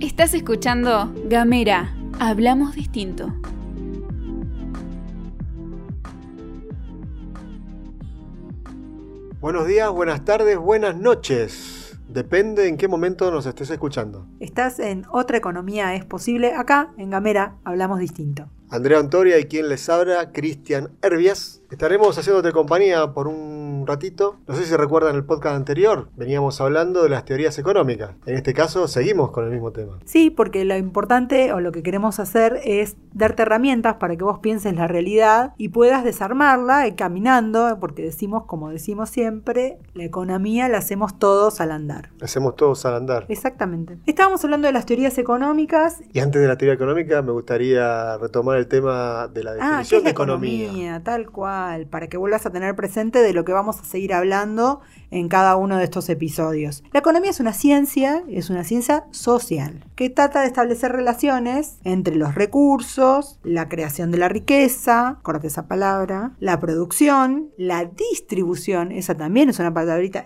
Estás escuchando Gamera, hablamos distinto. Buenos días, buenas tardes, buenas noches. Depende en qué momento nos estés escuchando. Estás en Otra Economía es Posible. Acá, en Gamera, hablamos distinto. Andrea Antoria y quien les habla, Cristian Herbias. Estaremos haciéndote compañía por un ratito. No sé si recuerdan el podcast anterior, veníamos hablando de las teorías económicas. En este caso, seguimos con el mismo tema. Sí, porque lo importante o lo que queremos hacer es darte herramientas para que vos pienses la realidad y puedas desarmarla y caminando, porque decimos, como decimos siempre, la economía la hacemos todos al andar. Hacemos todos al andar. Exactamente. Estábamos hablando de las teorías económicas. Y antes de la teoría económica, me gustaría retomar el tema de la Ah, definición ¿qué es de la economía. economía? Tal cual, para que vuelvas a tener presente de lo que vamos a seguir hablando en cada uno de estos episodios. La economía es una ciencia, es una ciencia social, que trata de establecer relaciones entre los recursos, la creación de la riqueza, corte esa palabra, la producción, la distribución, esa también es una palabrita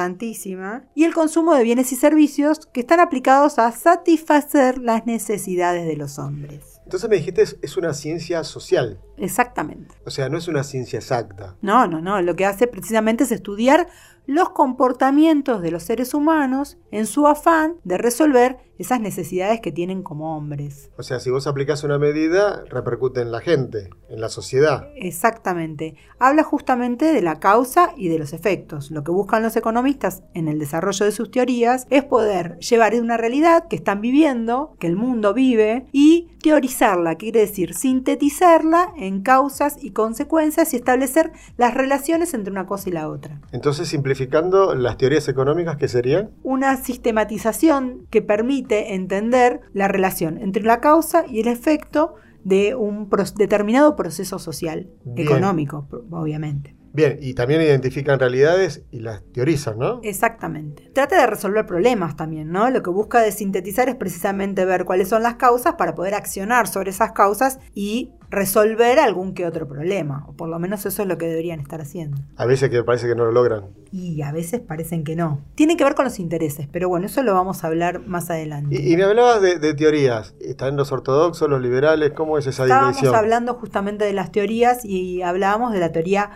importantísima, y el consumo de bienes y servicios que están aplicados a satisfacer las necesidades de los hombres. Entonces me dijiste, es- es una ciencia social. Exactamente. O sea, no es una ciencia exacta. No, no, no. Lo que hace precisamente es estudiar los comportamientos de los seres humanos en su afán de resolver esas necesidades que tienen como hombres. O sea, si vos aplicás una medida, repercute en la gente, en la sociedad. Exactamente. Habla justamente de la causa y de los efectos. Lo que buscan los economistas en el desarrollo de sus teorías es poder llevar una realidad que están viviendo, que el mundo vive, y teorizarla, quiere decir sintetizarla en causas y consecuencias y establecer las relaciones entre una cosa y la otra. Entonces, simplificando, las teorías económicas, ¿qué serían? una sistematización que permite entender la relación entre la causa y el efecto de un pro- determinado proceso social, Bien. económico, pro- obviamente. Bien, y también identifican realidades y las teorizan, ¿no? Exactamente. Trata de resolver problemas también, ¿no? Lo que busca de sintetizar es precisamente ver cuáles son las causas para poder accionar sobre esas causas y resolver algún que otro problema, o por lo menos eso es lo que deberían estar haciendo. A veces que parece que no lo logran. Y a veces parecen que no. Tiene que ver con los intereses, pero bueno, eso lo vamos a hablar más adelante. Y, y me hablabas de, de teorías. ¿Están los ortodoxos, los liberales? ¿Cómo es esa Estábamos división? hablando justamente de las teorías y hablábamos de la teoría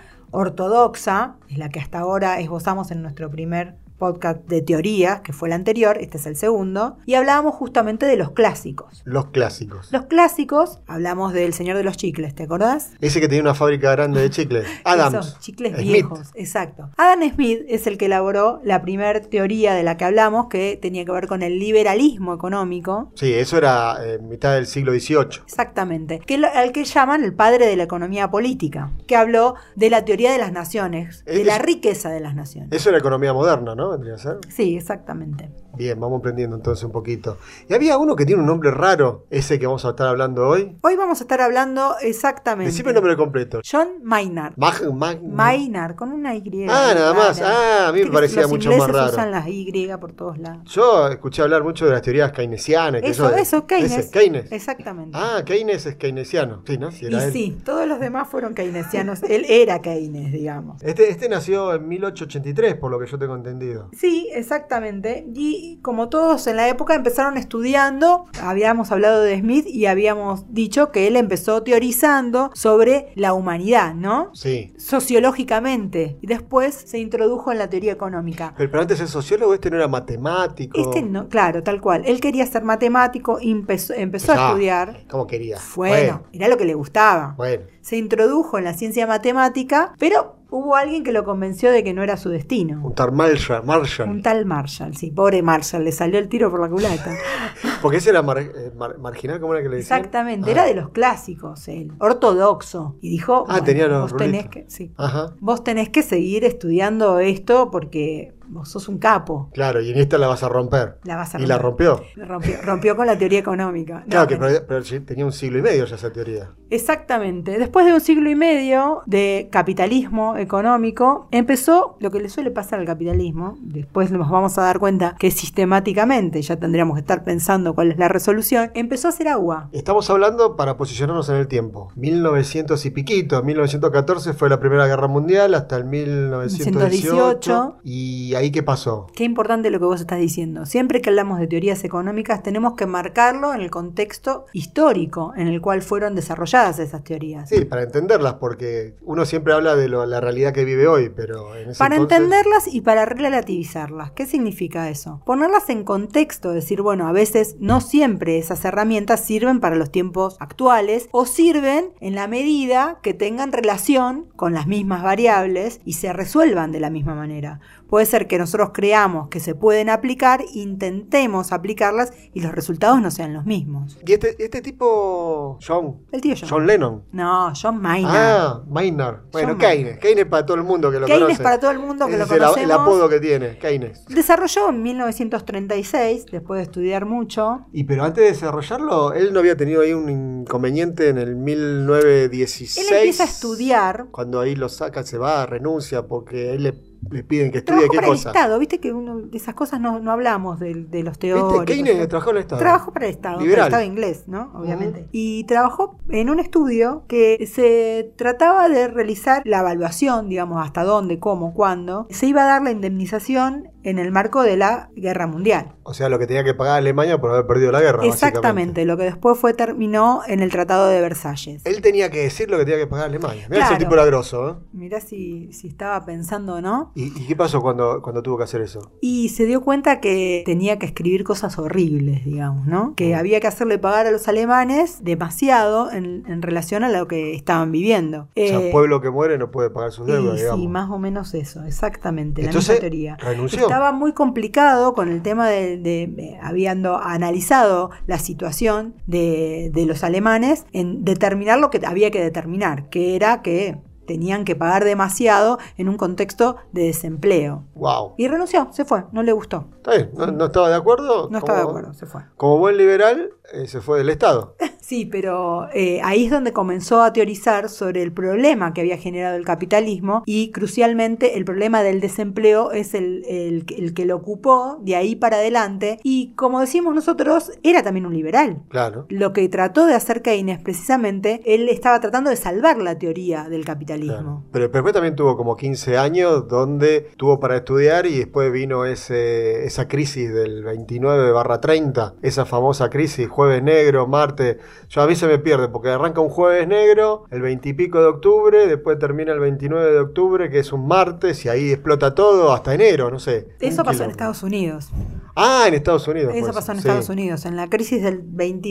ortodoxa, es la que hasta ahora esbozamos en nuestro primer podcast de teorías, que fue el anterior, este es el segundo, y hablábamos justamente de los clásicos. Los clásicos. Los clásicos, hablamos del Señor de los Chicles, ¿te acordás? Ese que tenía una fábrica grande de chicles. Adams. Esos chicles Smith. viejos, exacto. Adam Smith es el que elaboró la primera teoría de la que hablamos, que tenía que ver con el liberalismo económico, Sí, eso era eh, mitad del siglo XVIII. Exactamente, que lo- al que llaman el padre de la economía política, que habló de la teoría de las naciones, de Es- la riqueza de las naciones. Eso era economía moderna, ¿no? Vendría a ser. Sí, exactamente. Bien, vamos aprendiendo entonces un poquito. Y había uno que tiene un nombre raro, ese que vamos a estar hablando hoy. Hoy vamos a estar hablando exactamente. Decime el nombre completo. John Maynard. Mag, mag- Maynard, con una Y. Ah, nada rara. más. Ah, a mí me Viste que parecía los mucho ingleses más raro. usan las Y por todos lados. Yo escuché hablar mucho de las teorías keynesianas. Que Eso, de- eso, Keynes. ese, Keynes. Exactamente. Ah, Keynes es keynesiano. Sí, ¿no? Sí, y era él. sí, todos los demás fueron keynesianos. Él era Keynes, digamos. Este, este nació en 1883, por lo que yo tengo entendido. Sí, exactamente. Y como todos en la época empezaron estudiando, habíamos hablado de Smith y habíamos dicho que él empezó teorizando sobre la humanidad, ¿no? Sí. Sociológicamente. Y después se introdujo en la teoría económica. Pero, pero antes el sociólogo, este no era matemático. Este no, claro, tal cual. Él quería ser matemático, empezó, empezó Ah, a estudiar. ¿Cómo quería? Bueno, era lo que le gustaba. Bueno, Se introdujo en la ciencia matemática, pero hubo alguien que lo convenció de que no era su destino. un tal Marshall. Marshall. Un tal Marshall, sí, pobre Marshall, le salió el tiro por la culata. Porque ese era mar- eh, mar- marginal, ¿cómo era que le decían? Exactamente, Ah. era de los clásicos, él, ortodoxo. Y dijo, Ah, tenía los vos, tenés rulitos. que, sí. Ajá. vos tenés que seguir estudiando esto porque vos sos un capo. Claro, y en esta la vas a romper. La vas a Y la romper. rompió. Rompió, rompió con la teoría económica. No, Claro, que, mentira. pero, pero sí, tenía un siglo y medio ya esa teoría. Exactamente. Después de un siglo y medio de capitalismo económico, empezó lo que le suele pasar al capitalismo. Después nos vamos a dar cuenta que sistemáticamente ya tendríamos que estar pensando cuál es la resolución. Empezó a hacer agua. Estamos hablando para posicionarnos en el tiempo. 1900 y piquito, 1914 fue la Primera Guerra Mundial hasta el 1918. 1918. Y ahí qué pasó? Qué importante lo que vos estás diciendo. Siempre que hablamos de teorías económicas tenemos que marcarlo en el contexto histórico en el cual fueron desarrolladas esas teorías. Sí, para entenderlas, porque uno siempre habla de lo- la realidad que vive hoy, pero en ese Para Pues entonces- entenderlas y para relativizarlas. ¿Qué significa eso? Ponerlas en contexto, decir, bueno, a veces no siempre esas herramientas sirven para los tiempos actuales o sirven en la medida que tengan relación con las mismas variables y se resuelvan de la misma manera. Puede ser que nosotros creamos que se pueden aplicar, intentemos aplicarlas y los resultados no sean los mismos. Y este, este tipo, John, El tío John. John Lennon. No, John Maynard. Ah, Maynard. Bueno, John Keynes. Keynes para todo el mundo que lo Keynes conoce. para todo el mundo que Ese lo es el a- conocemos. el apodo que tiene, Keynes. Desarrolló en 1936, después de estudiar mucho. Y pero antes de desarrollarlo, él no había tenido ahí un inconveniente en el 1916. Él empieza a estudiar. Cuando ahí lo sacan, se va, renuncia, porque él le, le piden que estudie Trabajó qué para el cosa. Estado, viste que uno, de esas cosas no, no hablamos de, de los teóricos. ¿Viste? Keynes trabajó en el Estado. Trabajó para el Estado, para el Liberal. Ah. Estado inglés, ¿no? Obviamente. Ujú. Y trabajó en un estudio que se trataba de realizar la evaluación, digamos, hasta dónde, cómo, cuándo. Se iba a dar la indemnización en el marco de la Guerra Mundial. O sea, lo que tenía que pagar Alemania por haber perdido la guerra. Ah, básicamente. Exactamente, lo que después fue terminó en el Tratado de Versalles. Él tenía que decir lo que tenía que pagar Alemania. Mira, Claro. ese tipo era grosso, ¿eh? Mirá si, si estaba pensando, ¿no? ¿Y, y qué pasó cuando, cuando tuvo que hacer eso? Y se dio cuenta que tenía que escribir cosas horribles, digamos, ¿no? Que había que hacerle pagar a los alemanes demasiado en, en relación a lo que estaban viviendo. o sea, Eh, pueblo que muere no puede pagar sus deudas, y digamos. sí, más o menos eso, exactamente, la Entonces, misma teoría. renunció. Estaba muy complicado con el tema de, de- eh, habiendo analizado la situación de, de los alemanes en determinar lo que había que determinar, que era que tenían que pagar demasiado en un contexto de desempleo. Wow. Y renunció, se fue, no le gustó. Está bien, no, no estaba de acuerdo. No estaba de como- acuerdo, se fue. Como buen liberal, eh, se fue del Estado. Sí, pero eh, ahí es donde comenzó a teorizar sobre el problema que había generado el capitalismo y crucialmente el problema del desempleo es el, el- el que lo ocupó de ahí para adelante y como decimos nosotros, era también un liberal. Claro. Lo que trató de hacer Keynes precisamente, él estaba tratando de salvar la teoría del claro. capitalismo. Pero después también tuvo como 15 años donde tuvo para estudiar y después vino ese, esa crisis del 29 barra 30, esa famosa crisis, jueves negro, martes. Yo a mí se me pierde porque arranca un jueves negro el 20 y pico de octubre, después termina el 29 de octubre que es un martes y ahí explota todo hasta enero, no sé. Eso Un pasó en quilombo. Estados Unidos. Ah, en Estados Unidos. Eso pues, pasó en sí. Estados Unidos, en la crisis del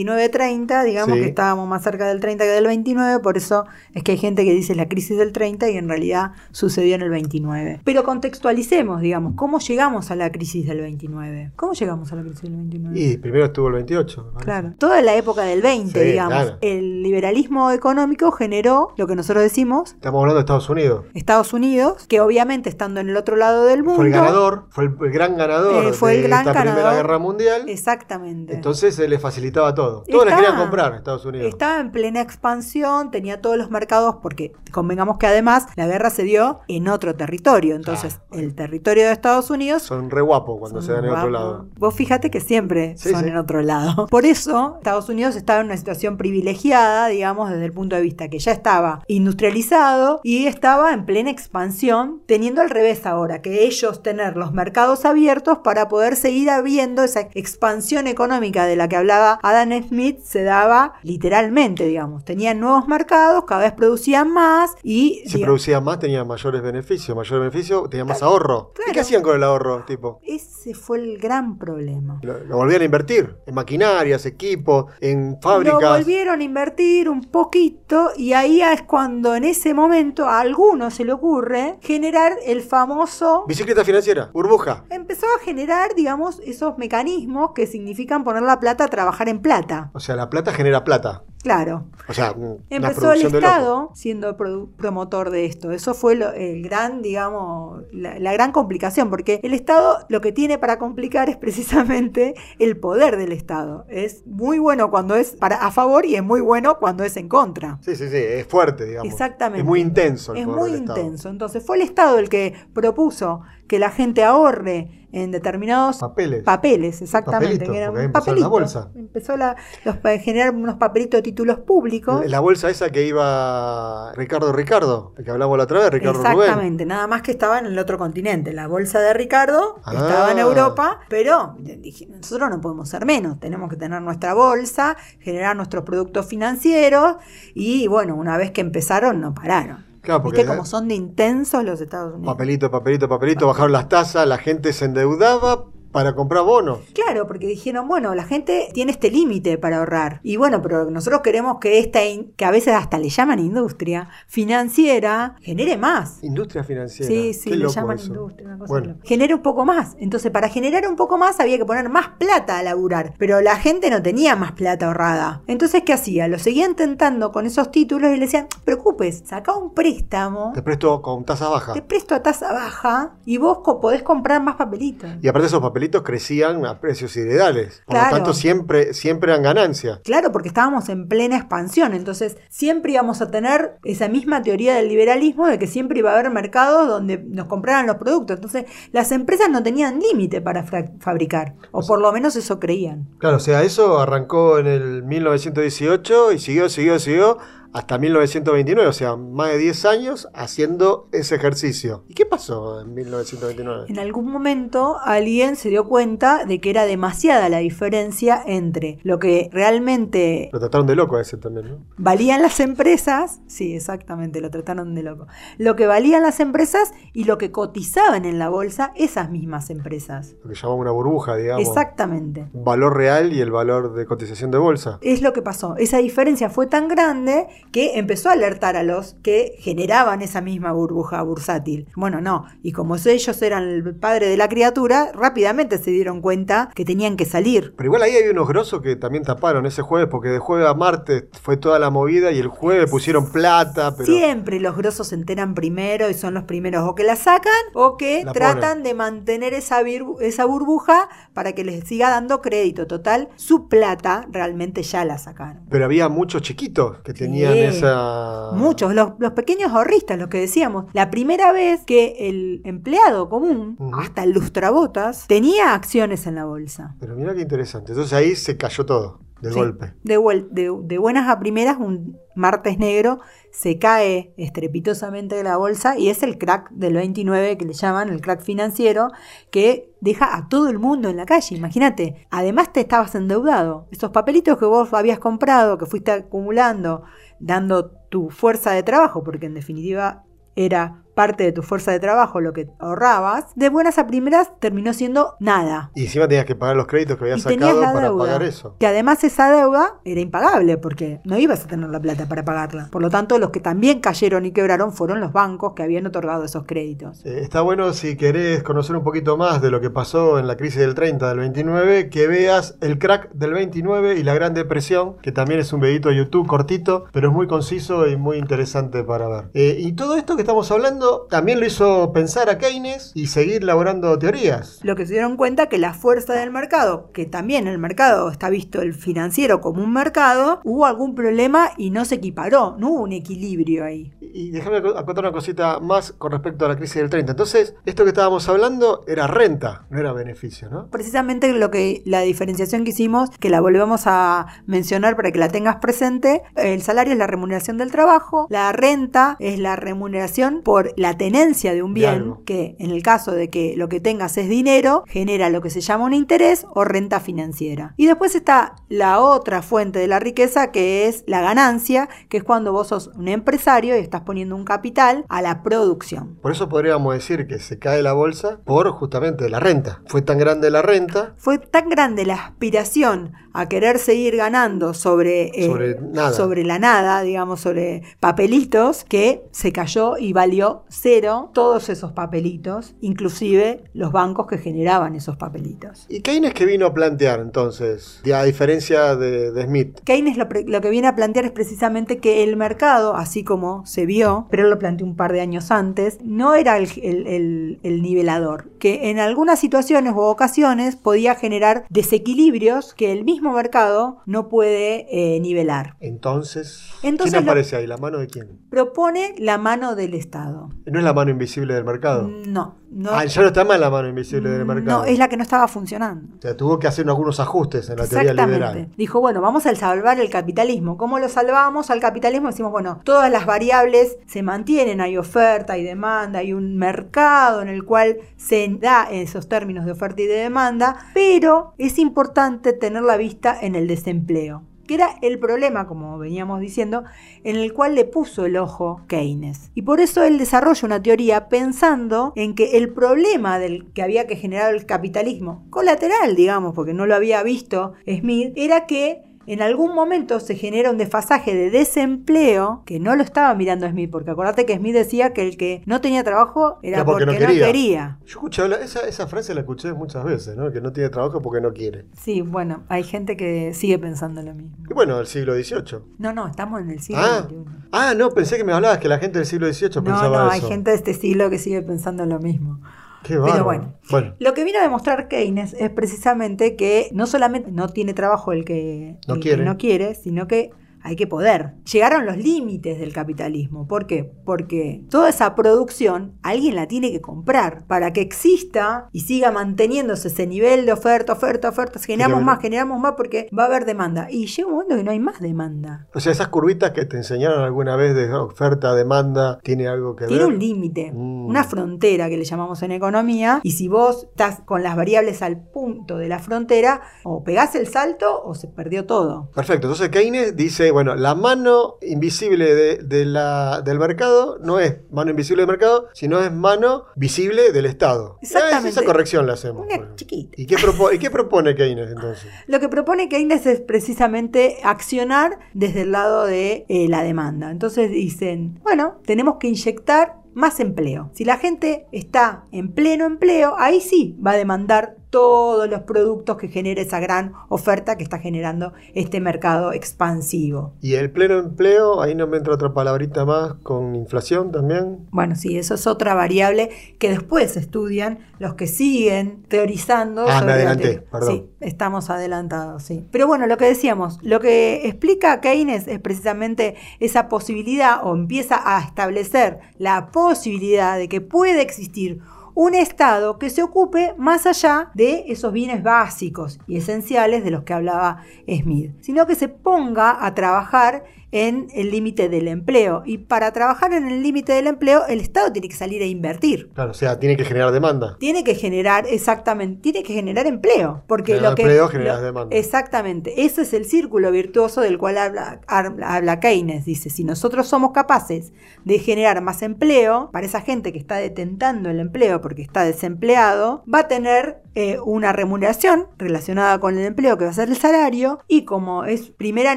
29-30, digamos Sí. que estábamos más cerca del 30 que del 29, por eso es que hay gente que dice la crisis del 30 y en realidad sucedió en el 29. Pero contextualicemos, digamos, ¿cómo llegamos a la crisis del 29? ¿Cómo llegamos a la crisis del 29? Y primero estuvo el 28. me parece. Claro, toda la época del 20, Sí, digamos, claro. el liberalismo económico generó lo que nosotros decimos Estamos hablando de Estados Unidos. Estados Unidos, que obviamente estando en el otro lado del mundo, Fue el ganador, fue el, el gran ganador Eh, fue el de gran esta Primera ganador. Guerra Mundial. exactamente. Entonces se le facilitaba todo. Todos les Está- querían comprar a Estados Unidos. Estaba en plena expansión, tenía todos los mercados, porque convengamos que además la guerra se dio en otro territorio. Entonces, Ah. el territorio de Estados Unidos. Son re guapos cuando se dan en otro Guapo. lado. Mm, Vos fíjate que siempre Sí, son sí. en otro lado. Por eso, Estados Unidos estaba en una situación privilegiada, digamos, desde el punto de vista que ya estaba industrializado y estaba en plena expansión, teniendo al revés ahora, que ellos tener los mercados abiertos para poder seguir habiendo esa expansión económica de la que hablaba Adam Smith, se daba literalmente, digamos. Tenían nuevos mercados, cada vez producían más y... Si digamos, producían más, tenían mayores beneficios. Mayor beneficio, tenían más ahorro. ¿Y qué claro. hacían con el ahorro, tipo? ese fue el gran problema. Lo, lo volvían a invertir en maquinarias, equipos, en fábricas. Lo volvieron a invertir un poquito y ahí es cuando en ese momento a alguno se le ocurre generar el famoso... Bicicleta financiera, burbuja. Empezó a generar, digamos, esos mecanismos que significan poner la plata a trabajar en plata. O sea, la plata genera plata. Claro. O sea, un- una Empezó el producción de loco. Estado siendo produ- promotor de esto. Eso fue lo- el gran, digamos, la, la gran complicación, porque el Estado lo que tiene para complicar es precisamente el poder del Estado. Es muy bueno cuando es para, a favor y es muy bueno cuando es en contra. Sí, sí, sí, es fuerte, digamos. Exactamente. Es muy intenso. El Es poder muy del Estado. intenso. Entonces fue el Estado el que propuso que la gente ahorre en determinados Papeles. papeles, exactamente. Papelitos, que eran porque ahí empezó la papelitos. bolsa. Empezó la- los, pa- generar unos papelitos títulos públicos. La bolsa esa que iba Ricardo Ricardo, el que hablamos la otra vez, Ricardo Rubén. Exactamente, nada más que estaba en el otro continente. La bolsa de Ricardo Ah. estaba en Europa, pero dije, nosotros no podemos ser menos. Tenemos que tener nuestra bolsa, generar nuestros productos financieros y bueno, una vez que empezaron, no pararon. Claro, Ah, porque Viste como son de intensos los Estados Unidos. papelito, papelito, papelito, bajaron las tasas, la gente se endeudaba para comprar bonos. Claro, porque dijeron, bueno, la gente tiene este límite para ahorrar. Y bueno, pero nosotros queremos que esta, in- que a veces hasta le llaman industria financiera, genere más. Industria financiera. Sí, sí, Qué le loco llaman eso. industria, una cosa Bueno. loca. Genera un poco más. Entonces, para generar un poco más había que poner más plata a laburar. Pero la gente no tenía más plata ahorrada. Entonces, ¿qué hacía? Lo seguían tentando con esos títulos y le decían, "No te preocupes, saca un préstamo, Te presto con tasa baja. te presto a tasa baja y vos co- podés comprar más papelitos. Y aparte esos papelitos crecían a precios ideales. Por Claro. lo tanto, siempre, siempre eran ganancia. Claro, porque estábamos en plena expansión, entonces siempre íbamos a tener esa misma teoría del liberalismo de que siempre iba a haber mercados donde nos compraran los productos. Entonces las empresas no tenían límite para fra- fabricar, o por lo menos eso creían. Claro, o sea, eso arrancó en el 1918 y siguió, siguió, siguió hasta 1929. O sea, más de 10 años haciendo ese ejercicio. ¿Y qué pasó en 1929? En algún momento alguien se dio cuenta de que era demasiada la diferencia entre lo que realmente Lo trataron de loco a ese también, ¿no? valían las empresas, sí, exactamente, lo trataron de loco, lo que valían las empresas y lo que cotizaban en la bolsa esas mismas empresas. Lo que llamamos una burbuja, digamos. Exactamente. Valor real y el valor de cotización de bolsa. Es lo que pasó. Esa diferencia fue tan grande que empezó a alertar a los que generaban esa misma burbuja bursátil. Bueno, no. Y como ellos eran el padre de la criatura, rápidamente se dieron cuenta que tenían que salir. Pero igual ahí hay unos grosos que también taparon ese jueves, porque de jueves a martes fue toda la movida y el jueves pusieron plata, pero... Siempre los grosos se enteran primero y son los primeros o que la sacan o que La tratan ponen. de mantener esa, vir- esa burbuja para que les siga dando crédito. Total, su plata realmente ya la sacaron. Pero había muchos chiquitos que tenían esa... Muchos, los, los pequeños ahorristas, los que decíamos. La primera vez que el empleado común, Ujú. hasta el lustrabotas, tenía acciones en la bolsa. Pero mira qué interesante. Entonces ahí se cayó todo, de Sí. golpe. De, vuel- de- de buenas a primeras, un martes negro se cae estrepitosamente de la bolsa y es el crack del 29 que le llaman el crack financiero que deja a todo el mundo en la calle, imagínate. Además te estabas endeudado. Esos papelitos que vos habías comprado, que fuiste acumulando, dando tu fuerza de trabajo, porque en definitiva era parte de tu fuerza de trabajo lo que ahorrabas, de buenas a primeras terminó siendo nada Y encima tenías que pagar los créditos que habías y tenías sacado la para deuda. pagar eso. Que además esa deuda era impagable porque no ibas a tener la plata para pagarla. Por lo tanto, los que también cayeron y quebraron fueron los bancos que habían otorgado esos créditos. Eh, está bueno si querés conocer un poquito más de lo que pasó en la crisis del 30, del 29, que veas el crack del 29 y la Gran Depresión, que también es un videito de YouTube cortito, pero es muy conciso y muy interesante para ver. Eh, y todo esto que estamos hablando también lo hizo pensar a Keynes y seguir laborando teorías. Lo que se dieron cuenta que la fuerza del mercado, que también el mercado está visto el financiero como un mercado, hubo algún problema y no se equiparó, no hubo un equilibrio ahí. Y y déjame aco- acotar una cosita más con respecto a la crisis del 30. Entonces, esto que estábamos hablando era renta, no era beneficio, ¿no? Precisamente lo que la diferenciación que hicimos, que la volvemos a mencionar para que la tengas presente, el salario es la remuneración del trabajo, la renta es la remuneración por la tenencia de un De bien, algo. que en el caso de que lo que tengas es dinero, genera lo que se llama un interés o renta financiera. Y después está la otra fuente de la riqueza que es la ganancia, que es cuando vos sos un empresario y estás poniendo un capital a la producción. Por eso podríamos decir que se cae la bolsa por justamente la renta. Fue tan grande la renta fue tan grande la aspiración a querer seguir ganando sobre, eh, Sobre nada. sobre la nada, digamos, sobre papelitos, que se cayó y valió cero todos esos papelitos, inclusive los bancos que generaban esos papelitos. ¿Y Keynes que vino a plantear entonces? A diferencia de, de Smith. Keynes lo, pre- lo que viene a plantear es precisamente que el mercado, así como se vio, pero lo planteó un par de años antes, no era el, el- el- el nivelador, que en algunas situaciones o ocasiones podía generar desequilibrios que el mismo mercado no puede eh, nivelar. Entonces, Entonces ¿quién lo- aparece ahí? ¿La mano de quién? Propone la mano del Estado. no. No es la mano invisible del mercado. No, Mm, no. Mm, Ah, ya no está mal la mano invisible del mercado. No, es la que no estaba funcionando. O sea, tuvo que hacer algunos ajustes en la teoría liberal. Dijo, bueno, vamos a salvar el capitalismo. ¿Cómo lo salvamos al capitalismo? Decimos, bueno, todas las variables se mantienen, hay oferta, hay demanda, hay un mercado en el cual se da esos términos de oferta y de demanda, pero es importante tener la vista en el desempleo que era el problema, como veníamos diciendo, en el cual le puso el ojo Keynes. Y por eso él desarrolla una teoría pensando en que el problema del que había que generar el capitalismo, colateral, digamos, porque no lo había visto Smith, era que en algún momento se genera un desfasaje de desempleo que no lo estaba mirando Smith, porque acordate que Smith decía que el que no tenía trabajo era Era porque, no quería. Yo escuché hablar- esa, esa frase la escuché muchas veces, ¿no? Que no tiene trabajo porque no quiere. Sí, bueno, hay gente que sigue pensando lo mismo. Y bueno, del siglo XVIII. No, no, estamos en el siglo Ah, XXI. ah, no, pensé que me hablabas que la gente del siglo XVIII No, pensaba eso. no, hay gente de este siglo que sigue pensando lo mismo. Qué bárbaro. bueno. Bueno, Lo que vino a demostrar Keynes es precisamente que no solamente no tiene trabajo el que No el que quiere. no quiere, sino que hay que poder. Llegaron los límites del capitalismo. ¿Por qué? Porque toda esa producción alguien la tiene que comprar para que exista y siga manteniéndose ese nivel de oferta, oferta, oferta. Generamos Fíjame. más, generamos más porque va a haber demanda. Y llega un momento que no hay más demanda. o sea, esas curvitas que te enseñaron alguna vez de oferta, demanda, ¿tiene algo que Tiene ver? un límite, Mm. una frontera que le llamamos en economía, y si vos estás con las variables al punto de la frontera, o pegás el salto o se perdió todo. Perfecto, entonces Keynes dice, bueno, la mano invisible de, de la, del mercado no es mano invisible del mercado, sino es mano visible del Estado. Ya, Exactamente. Esa corrección la hacemos. pues. Una chiquita. ¿Y qué, propo- ¿Y qué propone Keynes entonces? Lo que propone Keynes es precisamente accionar desde el lado de eh, la demanda. Entonces dicen, bueno, tenemos que inyectar más empleo. Si la gente está en pleno empleo, ahí sí va a demandar todos los productos que genera esa gran oferta que está generando este mercado expansivo. Y el pleno empleo, ahí no me entra otra palabrita más, con inflación también. Bueno, sí, eso es otra variable que después estudian los que siguen teorizando. Ah, me la adelanté, teoría. perdón. Sí, estamos adelantados, sí. Pero bueno, lo que decíamos, lo que explica Keynes es precisamente esa posibilidad o empieza a establecer la posibilidad de que puede existir un Estado que se ocupe más allá de esos bienes básicos y esenciales de los que hablaba Smith, sino que se ponga a trabajar en el límite del empleo. Y para trabajar en el límite del empleo, el Estado tiene que salir a invertir Claro, o sea, tiene que generar demanda. tiene que generar exactamente, tiene que generar empleo, porque Generar lo que empleo, generas lo- demanda. Exactamente, ese es el círculo virtuoso del cual habla, habla- habla Keynes, dice, si nosotros somos capaces de generar más empleo para esa gente que está detentando el empleo porque está desempleado, va a tener eh, una remuneración relacionada con el empleo que va a ser el salario y como es primera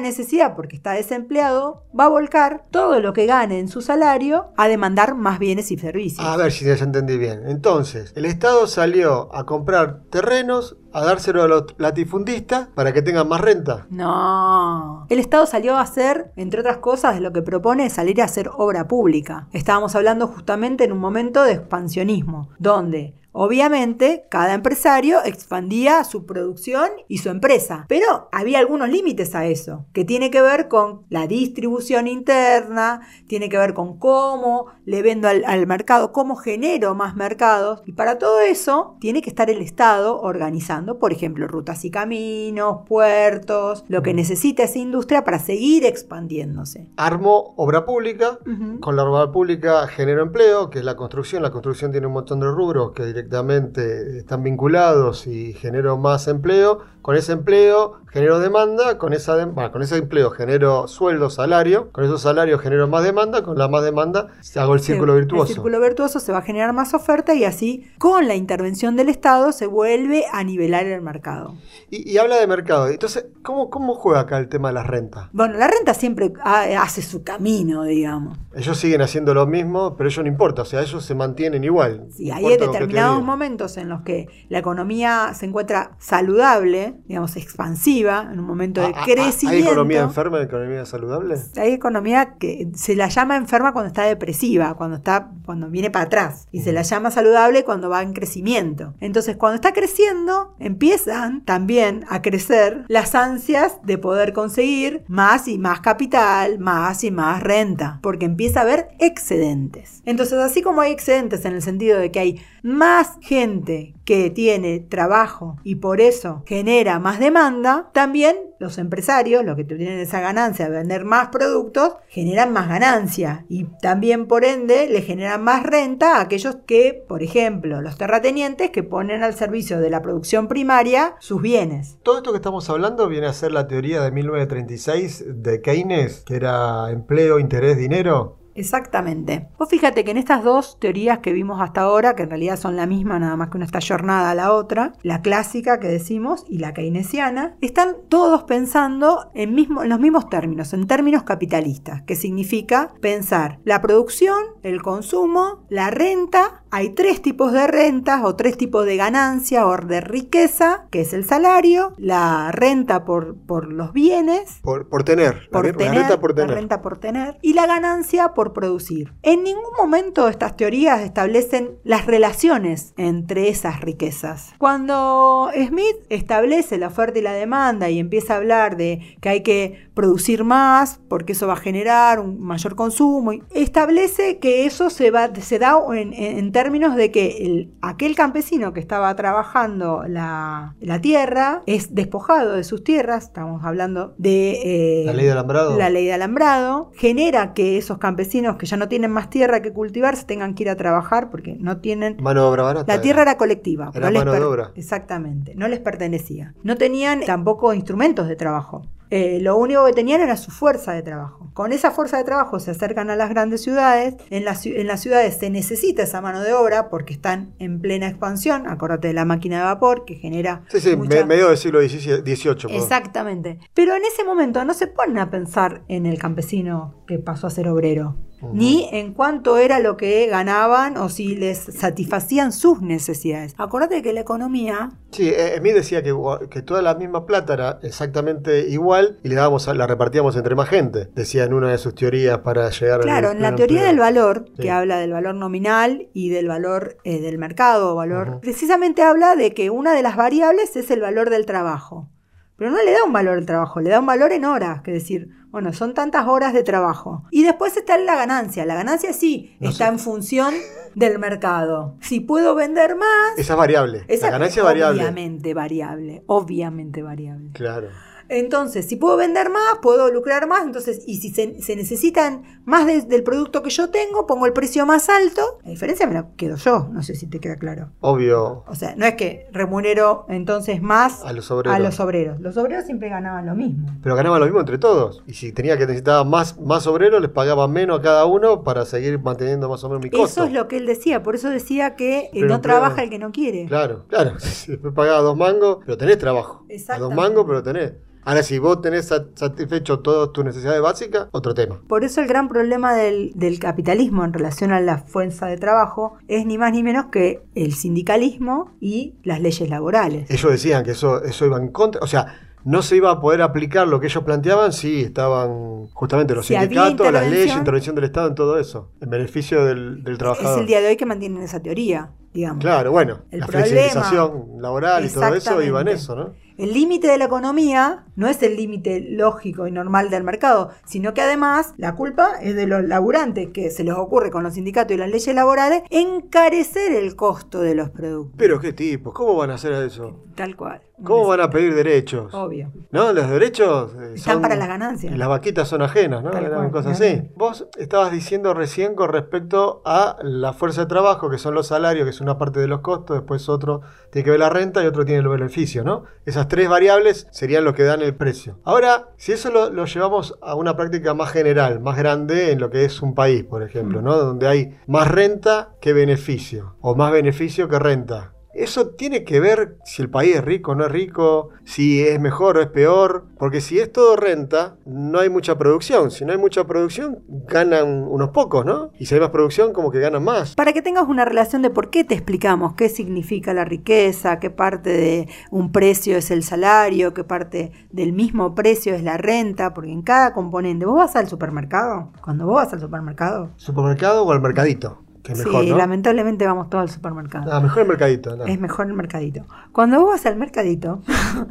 necesidad porque está desempleado, va a volcar todo lo que gane en su salario a demandar más bienes y servicios. A ver si ya entendí bien. Entonces, el Estado salió a comprar terrenos, a dárselo a los latifundistas para que tengan más renta. No. El Estado salió a hacer, entre otras cosas, lo que propone es salir a hacer obra pública. Estábamos hablando justamente en un momento de expansionismo, donde obviamente cada empresario expandía su producción y su empresa, pero había algunos límites a eso, que tiene que ver con la distribución interna, tiene que ver con cómo le vendo al, al mercado, cómo genero más mercados. Y para todo eso tiene que estar el Estado organizando, por ejemplo, rutas y caminos, puertos, lo que necesita esa industria para seguir expandiéndose. Armó obra pública, Ujú. Con la obra pública generó empleo, que es la construcción. La construcción tiene un montón de rubros que directamente están vinculados y generó más empleo. Con ese empleo generó demanda, con, esa dem- bueno, con ese empleo generó sueldo, salario. Con esos salarios generó más demanda, con la más demanda se hago el círculo Se- virtuoso. El círculo virtuoso se va a generar más oferta y así, con la intervención del Estado, se vuelve a nivelar el mercado. Y, y habla de mercado. Entonces, ¿cómo, ¿cómo juega acá el tema de las rentas? Bueno, la renta siempre ha- hace su camino, digamos. Ellos siguen haciendo lo mismo, pero ellos no importa, o sea, ellos se mantienen igual. Sí, no ahí hay importa con qué determinados los momentos en los que la economía se encuentra saludable, digamos, expansiva, en un momento de Ah, ah, ah, crecimiento. ¿Hay economía enferma, economía saludable? Hay economía que se la llama enferma cuando está depresiva, cuando está cuando viene para atrás y se la llama saludable cuando va en crecimiento. Entonces, cuando está creciendo, empiezan también a crecer las ansias de poder conseguir más y más capital, más y más renta, porque empieza a haber excedentes. Entonces, así como hay excedentes en el sentido de que hay más gente que tiene trabajo y por eso genera más demanda, también los empresarios, los que tienen esa ganancia de vender más productos, generan más ganancia y también por ende le generan más renta a aquellos que, por ejemplo, los terratenientes que ponen al servicio de la producción primaria sus bienes. Todo esto que estamos hablando viene a ser la teoría de 1936 de Keynes, que era empleo, interés, dinero. Exactamente. Vos fíjate que en estas dos teorías que vimos hasta ahora, que en realidad son la misma, nada más que una está jornada a la otra, la clásica que decimos y la keynesiana, están todos pensando en, mismo, en los mismos términos, en términos capitalistas, que significa pensar la producción, el consumo, la renta. Hay tres tipos de rentas o tres tipos de ganancia o de riqueza, que es el salario, la renta por, por los bienes Por, por tener. por la, la tener, renta por la tener. renta por tener, y la ganancia por producir. En ningún momento estas teorías establecen las relaciones entre esas riquezas. Cuando Smith establece la oferta y la demanda y empieza a hablar de que hay que producir más porque eso va a generar un mayor consumo, y establece que eso se, va, se da en, en- en términos de que el- aquel campesino que estaba trabajando la, la tierra es despojado de sus tierras, estamos hablando de... eh, La ley de alambrado. la ley de alambrado genera que esos campesinos que ya no tienen más tierra que cultivar se tengan que ir a trabajar porque no tienen Mano de obra barata. eh. la tierra era colectiva. Era no les mano de per- obra. Exactamente, no les pertenecía. No tenían tampoco instrumentos de trabajo. Eh, lo único que tenían era su fuerza de trabajo. Con esa fuerza de trabajo se acercan a las grandes ciudades. En las, ciu- en las ciudades se necesita esa mano de obra porque están en plena expansión. Acordate de la máquina de vapor que genera. Sí, sí, mucha- me- medio del siglo pues. XVIII. perdón. Exactamente. Pero en ese momento no se ponen a pensar en el campesino que pasó a ser obrero, Ujú. ni en cuánto era lo que ganaban o si les satisfacían sus necesidades. Acordate que la economía Sí, eh, Smith decía que, que toda la misma plata era exactamente igual y le dábamos, a- la repartíamos entre más gente, decía en una de sus teorías para llegar al Claro, en la pleno teoría empleo. del valor, Sí. que habla del valor nominal y del valor eh, del mercado, valor, Ujú. precisamente habla de que una de las variables es el valor del trabajo. Pero no le da un valor al trabajo, le da un valor en horas, que decir, bueno, son tantas horas de trabajo. Y después está la ganancia. La ganancia sí No está sé. en función del mercado. Si puedo vender más, Esa es variable. esa la ganancia es es variable. obviamente variable, obviamente variable. Claro. Entonces, si puedo vender más, puedo lucrar más. Entonces, y si se, se necesitan más de- del producto que yo tengo, pongo el precio más alto. La diferencia me la quedo yo. No sé si te queda claro. Obvio. O sea, no es que remunero entonces más A los a obreros. los obreros. Los obreros siempre ganaban lo mismo. Pero ganaban lo mismo entre todos. Y si tenía que necesitaba más, más obreros, les pagaba menos a cada uno para seguir manteniendo más o menos mi costo. Eso es lo que él decía. Por eso decía que eh, Pero no empleo- trabaja el que no quiere. Claro, claro. Si me pagaba dos mangos, pero tenés trabajo. A dos Exactamente. mangos, pero tenés. Ahora, si vos tenés sa- satisfecho todas tus necesidades básicas, otro tema. Por eso el gran problema del, del capitalismo en relación a la fuerza de trabajo es ni más ni menos que el sindicalismo y las leyes laborales. Ellos decían que eso, eso iba en contra. O sea, no se iba a poder aplicar lo que ellos planteaban si estaban justamente los Si había sindicatos, las leyes, intervención. intervención del Estado en todo eso. En beneficio del, del Es trabajador. el día de hoy que mantienen esa teoría, digamos. Claro, bueno, El la problema. flexibilización laboral y todo eso iba en Exactamente. eso, ¿no? El límite de la economía no es el límite lógico y normal del mercado, sino que además la culpa es de los laburantes, que se les ocurre con los sindicatos y las leyes laborales encarecer el costo de los productos. Pero qué tipos, ¿cómo van a hacer eso? Tal cual. ¿Cómo van a pedir derechos? Obvio. ¿No? Los derechos eh, Están son- para las ganancias. Y las vaquitas son ajenas, ¿no? Tal Eran cual, cosas claro. así. Vos estabas diciendo recién con respecto a la fuerza de trabajo, que son los salarios, que es una parte de los costos, después otro tiene que ver la renta y otro tiene el beneficio, ¿no? Esas tres variables serían lo que dan el precio. Ahora, si eso lo, lo llevamos a una práctica más general, más grande en lo que es un Mm. país, por ejemplo, ¿no? Donde hay más renta que beneficio, o más beneficio que renta. Eso tiene que ver si el país es rico o no es rico, si es mejor o es peor, porque si es todo renta, no hay mucha producción. Si no hay mucha producción, ganan unos pocos, ¿no? Y si hay más producción, como que ganan más. Para que tengas una relación de por qué te explicamos qué significa la riqueza, qué parte de un precio es el salario, qué parte del mismo precio es la renta, porque en cada componente, vos vas al supermercado, cuando vos vas al supermercado, ¿Supermercado o al mercadito? Que es mejor, sí, ¿no? lamentablemente vamos todos al supermercado. Ah, mejor el mercadito. no. Es mejor el mercadito. Cuando vos vas al mercadito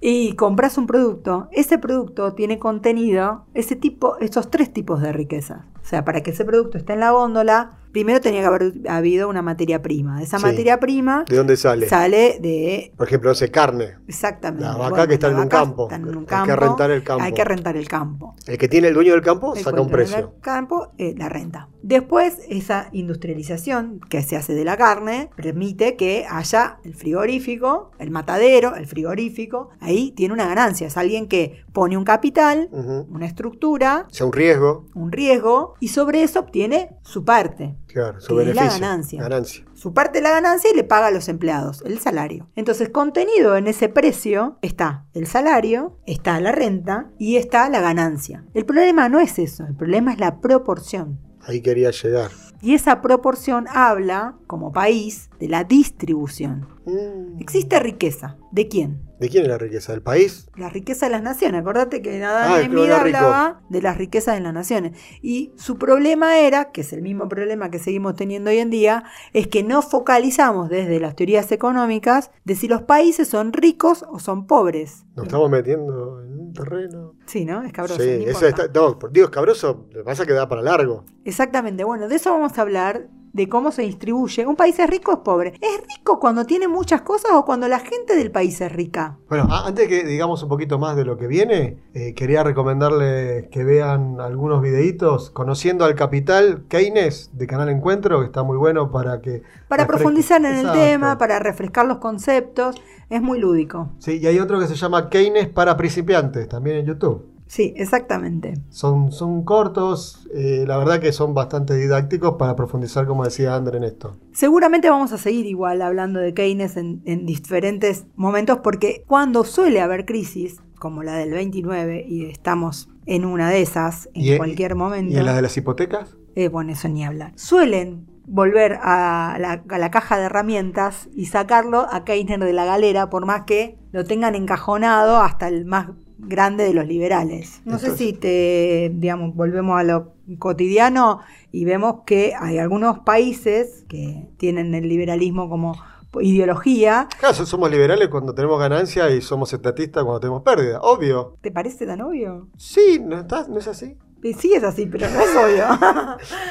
y compras un producto, ese producto tiene contenido, ese tipo, esos tres tipos de riqueza. O sea, para que ese producto esté en la góndola, primero tenía que haber habido una materia prima. De esa Sí. materia prima ¿De dónde sale? sale de Por ejemplo, hace carne. exactamente La vaca bueno, que está la en un vaca campo. está en un Hay que campo, rentar el campo. Hay que rentar el campo. El que tiene el dueño del campo El saca un control precio. del campo, eh, la renta. Después, esa industrialización que se hace de la carne permite que haya el frigorífico, el matadero, el frigorífico. Ahí tiene una ganancia. Es alguien que pone un capital, Ujú. una estructura, O sea, un riesgo, un riesgo, y sobre eso obtiene su parte. claro, su Que es la beneficio. ganancia. Ganancia. Su parte de la ganancia y le paga a los empleados, el salario. Entonces, contenido en ese precio está el salario, está la renta y está la ganancia. El problema no es eso, el problema es la proporción. Ahí quería llegar. Y esa proporción habla, como país, de la distribución. Mm. Existe riqueza. ¿De quién? ¿De quién es la riqueza? ¿Del país? La riqueza de las naciones. Acordate que Adán Ah, el en cloro vida rico. hablaba de las riquezas de las naciones. Y su problema era, que es el mismo problema que seguimos teniendo hoy en día, es que no focalizamos desde las teorías económicas de si los países son ricos o son pobres. Nos estamos metiendo en un terreno. Sí, ¿no? Es cabroso. sí, no eso importa. está, no, por Dios, cabroso, lo que pasa es que da para largo. Exactamente, bueno, de eso vamos a hablar, de cómo se distribuye. ¿Un país es rico o es pobre? ¿Es rico cuando tiene muchas cosas o cuando la gente del país es rica? Bueno, a- antes que digamos un poquito más de lo que viene, eh, quería recomendarles que vean algunos videitos conociendo al capital Keynes de Canal Encuentro, que está muy bueno para que... Para refresque- profundizar en Exacto. el tema, para refrescar los conceptos, es muy lúdico. Sí, y hay otro que se llama Keynes para principiantes, también en YouTube. Sí, exactamente. Son, son cortos, eh, la verdad que son bastante didácticos para profundizar, como decía André, en esto. Seguramente vamos a seguir igual hablando de Keynes en, en diferentes momentos porque cuando suele haber crisis, como la del 29, y estamos en una de esas en Y- e cualquier momento. ¿Y en las de las hipotecas? Eh, bueno, eso ni hablar. Suelen volver a la, a la caja de herramientas y sacarlo a Keiner de la galera, por más que lo tengan encajonado hasta el más grande de los liberales. No sé Entonces- si te, digamos, volvemos a lo cotidiano y vemos que hay algunos países que tienen el liberalismo como ideología. Claro, so- somos liberales cuando tenemos ganancia y somos estatistas cuando tenemos pérdida, obvio. ¿Te parece tan obvio? Sí, ¿no, está- no es así? Eh, Sí es así, pero no es obvio.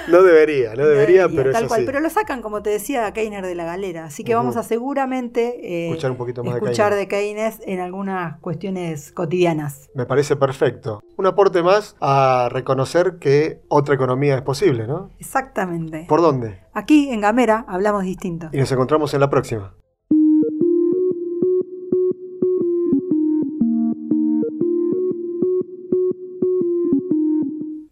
No debería, no debería, pero es tal cual. así. Pero eh, lo sacan, como te decía, a Keiner de la galera. Así que vamos Ujú. a seguramente eh, Escuchar un poquito más de escuchar Keynes. de Keynes en algunas cuestiones cotidianas. Me parece perfecto. Un aporte más a reconocer que otra economía es posible, ¿no? Exactamente. ¿Por dónde? Aquí en Gamera hablamos distinto. Y nos encontramos en la próxima.